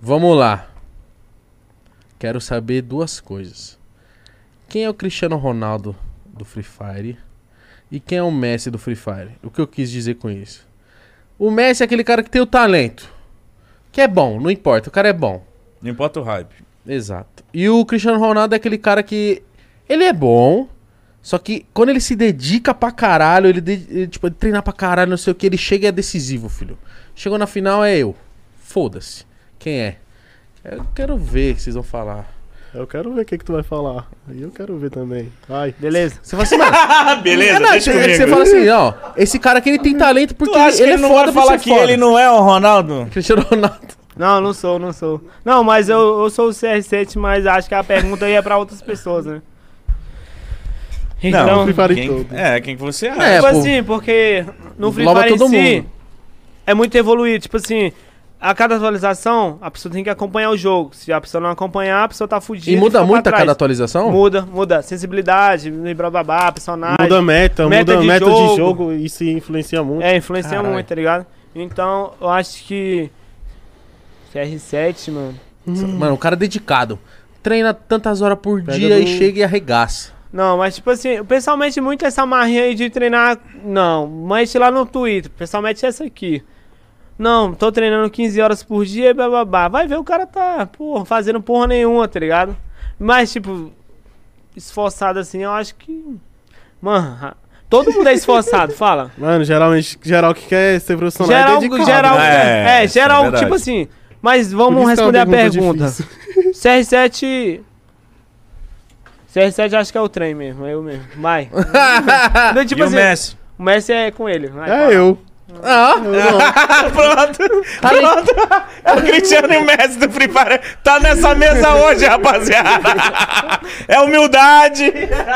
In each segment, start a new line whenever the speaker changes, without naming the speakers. Vamos lá. Quero saber duas coisas. Quem é o Cristiano Ronaldo do Free Fire? E quem é o Messi do Free Fire? O que eu quis dizer com isso? O Messi é aquele cara que tem o talento. Que é bom, não importa, o cara é bom.
Não importa o hype.
Exato. E o Cristiano Ronaldo é aquele cara que. Ele é bom. Só que quando ele se dedica pra caralho, ele, de- ele, tipo, ele treinar pra caralho, não sei o que, ele chega e é decisivo, filho. Chegou na final, é eu. Foda-se. Quem é? Eu quero ver o que vocês vão falar.
Eu quero ver o que, que tu vai falar. Aí eu quero ver também. Vai.
Beleza.
Você fala assim, mano.
Ah, beleza,
é, não,
deixa
você,
comigo.
você fala assim, ó. Esse cara aqui ele tem talento porque
Tu acha que
ele,
ele,
é
não
foda
vai
por
falar
ser
que
foda.
ele não é o Ronaldo?
Cristiano Ronaldo.
Não, não sou, não sou. Não, mas eu, eu sou o CR7, mas acho que a pergunta aí é pra outras pessoas, né?
Não,
Então,
Free Fire
quem-
todo.
é, quem que você acha?
É,
tipo
pô.
assim, porque no Free
Engloba
Fire em
todo
si
mundo.
é muito evoluído. Tipo assim, a cada atualização, a pessoa tem que acompanhar o jogo. Se a pessoa não acompanhar, a pessoa tá fudida.
E muda
fica pra
muito a
trás.
cada atualização?
Muda, muda. Sensibilidade, blá blá blá, personagem.
Muda meta,
Meta
muda
de
meta
jogo.
de jogo e se influencia muito.
É, influencia
Caralho.
muito, tá ligado? Então, eu acho que. CR7, mano.
Mano, o cara é dedicado. Treina tantas horas por
Pega
dia e
do-
chega e arregaça.
Não, mas tipo assim, pessoalmente muito essa marrinha aí de treinar. Não, mas lá no Twitter, pessoalmente essa aqui. Não, tô treinando 15 horas por dia e bababá. Vai ver o cara tá, porra, fazendo porra nenhuma, tá ligado? Mas, tipo, esforçado assim, eu acho que. Mano, todo mundo é esforçado, fala.
Mano, geralmente, geral que quer ser profissional é
Geral,
dedicado.
geral,
né?
É,
é,
isso é
geral,
verdade.
tipo assim. Mas
Por
vamos
isso que é uma
responder a pergunta.
difícil.
CR7. CR7 acho que é o trem mesmo, é eu mesmo. Vai. Não, tipo
e o
assim,
Messi?
o Messi é com ele. Vai, fala.
É eu.
Ah,
Pronto. É o Cristiano e o Messi do Free Fire. Tá nessa mesa hoje, rapaziada. É humildade.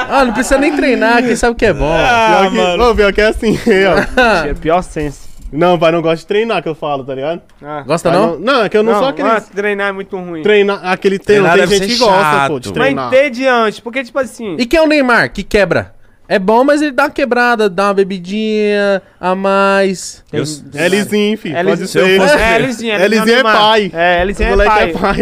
ah, não precisa nem treinar, quem sabe o que é bom.
Ah,
Pior que-
mano.
Não, pior que é assim, ó.
É pior senso.
Não, pai, não gosto de treinar que eu falo, tá ligado?
Ah.
Gosta
Pai,
não?
Não, é que eu não, sou aquele
ah, treinar é muito ruim.
treinar, aquele treino.
Treinar
Tem
deve
gente
ser
que gosta, pô,
chato.
de
Mas
treinar.
entediante, porque tipo assim.
E quem é o Neymar? Que quebra. É bom, mas ele dá uma quebrada, dá uma bebidinha a mais.
Eu-
É lisinho, filho.
É
Pode
lisinho.
Se eu
ser.
fosse-
É, Elisinha,
É, Elisinho é
Neymar.
pai.
É,
O
Elisinha é
moleque
pai.
é pai,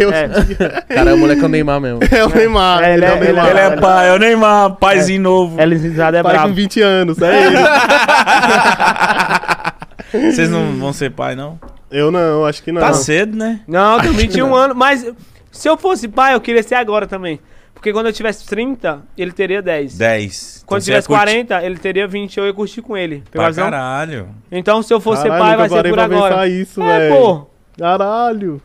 eu-
Cara, o moleque é o Neymar mesmo.
É o Neymar.
É, ele
ele é o
é-
Neymar.
Ele é pai, é o Neymar, paizinho novo.
É, Elisinha é
Pai com
brabo.
20 anos, é ele.
Vocês não vão ser pai, não?
Eu não, acho que não.
Tá cedo, né?
Não, eu tenho 21 anos, mas se eu fosse pai, eu queria ser agora também. Porque quando eu tivesse 30, ele teria 10.
10.
Quando tivesse 40, ele teria 20 eu ia curtir com ele. Pegou a
Pra
visão?
caralho.
Então, se eu for ser
Caralho,
pai,
nunca
vai ser
parei
por
pra
agora.
pensar isso,
é,
velho.
pô.
Caralho.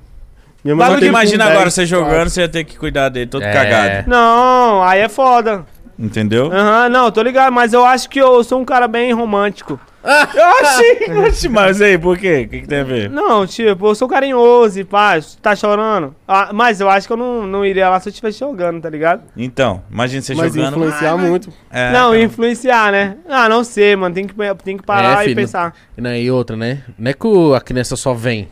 Minha
Bagulho
Só
mãe
que
de-
imagina
com
agora
10,
você jogando, você ia ter que cuidar dele, todo
É.
cagado.
Não, aí é foda.
Entendeu?
Aham, não, tô ligado, mas eu acho que eu sou um cara bem romântico.
Oxi, oxi, mas aí, por quê? O que, que tem a ver?
Não, tipo, eu sou carinhoso e pá, tá chorando. Ah, mas eu acho que eu não, não iria lá se eu estivesse jogando, tá ligado?
Então, imagina você
Mas
jogando.
influenciar muito.
É,
não,
cara.
influenciar, né? Ah, não sei, mano, tem que, tem que
É,
parar e
filho,
pensar.
E não, e outra, né? Não é que o- a criança só vem.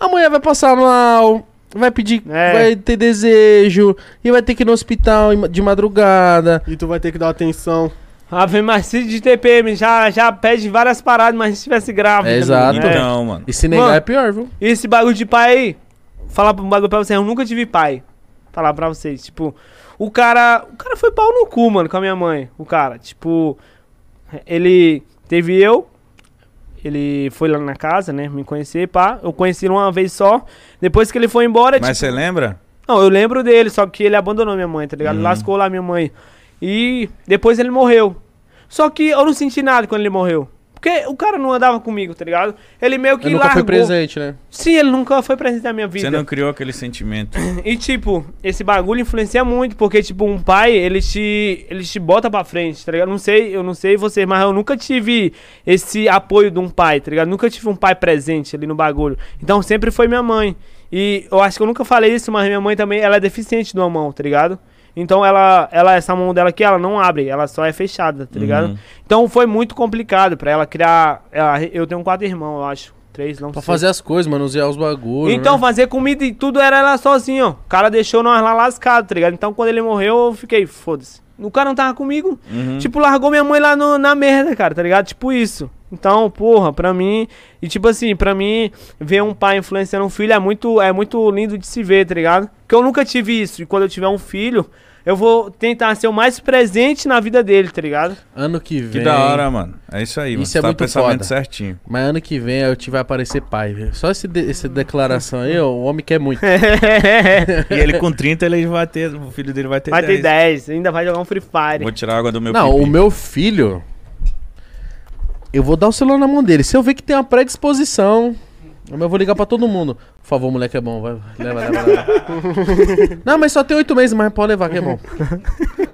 Amanhã vai passar mal, vai pedir,
É.
vai ter desejo, e vai ter que ir no hospital em- de madrugada.
E tu vai ter que dar atenção.
Ave Marcia de TPM já, já pede várias paradas, mas se estivesse grávida.
É, exato.
menino, né?
Então, mano.
E se negar
Mano.
é pior, viu?
E esse bagulho de pai aí, falar um bagulho pra vocês, eu nunca tive pai. Falar pra vocês, tipo, o cara. O cara foi pau no cu, mano, com a minha mãe. O cara, tipo, ele teve eu, ele foi lá na casa, né? Me conhecer, pá. Eu conheci ele uma vez só. Depois que ele foi embora, tipo,
Mas você lembra?
não, eu lembro dele, só que ele abandonou minha mãe, tá ligado?
Uhum.
Lascou lá minha mãe. E depois ele morreu. Só que eu não senti nada quando ele morreu. Porque o cara não andava comigo, tá ligado? Ele meio que
Ele nunca
largou.
foi presente, né?
Sim, ele nunca foi presente na minha vida.
Você não criou aquele sentimento.
E tipo, esse bagulho influencia muito, porque tipo, um pai, ele te, ele te bota pra frente, tá ligado? Não sei, eu não sei você, mas eu nunca tive esse apoio de um pai, tá ligado? Nunca tive um pai presente ali no bagulho. Então sempre foi minha mãe. E eu acho que eu nunca falei isso, mas minha mãe também, ela é deficiente de uma mão, tá ligado? Então ela, ela essa mão dela aqui, ela não abre, ela só é fechada, tá ligado?
Uhum.
Então foi muito complicado pra ela criar, ela- eu tenho quatro irmãos, eu acho, três, não
Pra
sei.
fazer as coisas, manusear os bagulhos.
Então,
né?
fazer comida e tudo era ela sozinha, ó. O cara deixou nós lá lascados, tá ligado? Então, quando ele morreu, eu fiquei, foda-se. O cara não tava comigo. Tipo, largou minha mãe lá no- na merda, cara, tá ligado? Tipo isso. Então, porra, pra mim. E tipo assim, pra mim, ver um pai influenciando um filho é muito, é muito lindo de se ver, tá ligado? Porque eu nunca tive isso. E quando eu tiver um filho, eu vou tentar ser o mais presente na vida dele, tá ligado?
Ano que vem.
Que da hora, mano. É isso aí, mano.
Isso é
Tá
muito
pensamento
foda.
certinho.
Mas ano que vem eu te vai aparecer pai, velho. Só esse de- essa declaração aí, ó, o homem quer muito.
E ele com 30, ele vai ter. O filho dele vai ter
Vai ter 10, ainda vai jogar um Free Fire.
Vou tirar a água do meu
Não,
pipi.
o meu filho. Eu vou dar o celular na mão dele. Se eu ver que tem uma predisposição. Eu vou ligar pra todo mundo. Por favor, moleque é bom. Vai, vai, leva, leva, leva. Não, mas só tem oito meses, mas pode levar, que é bom.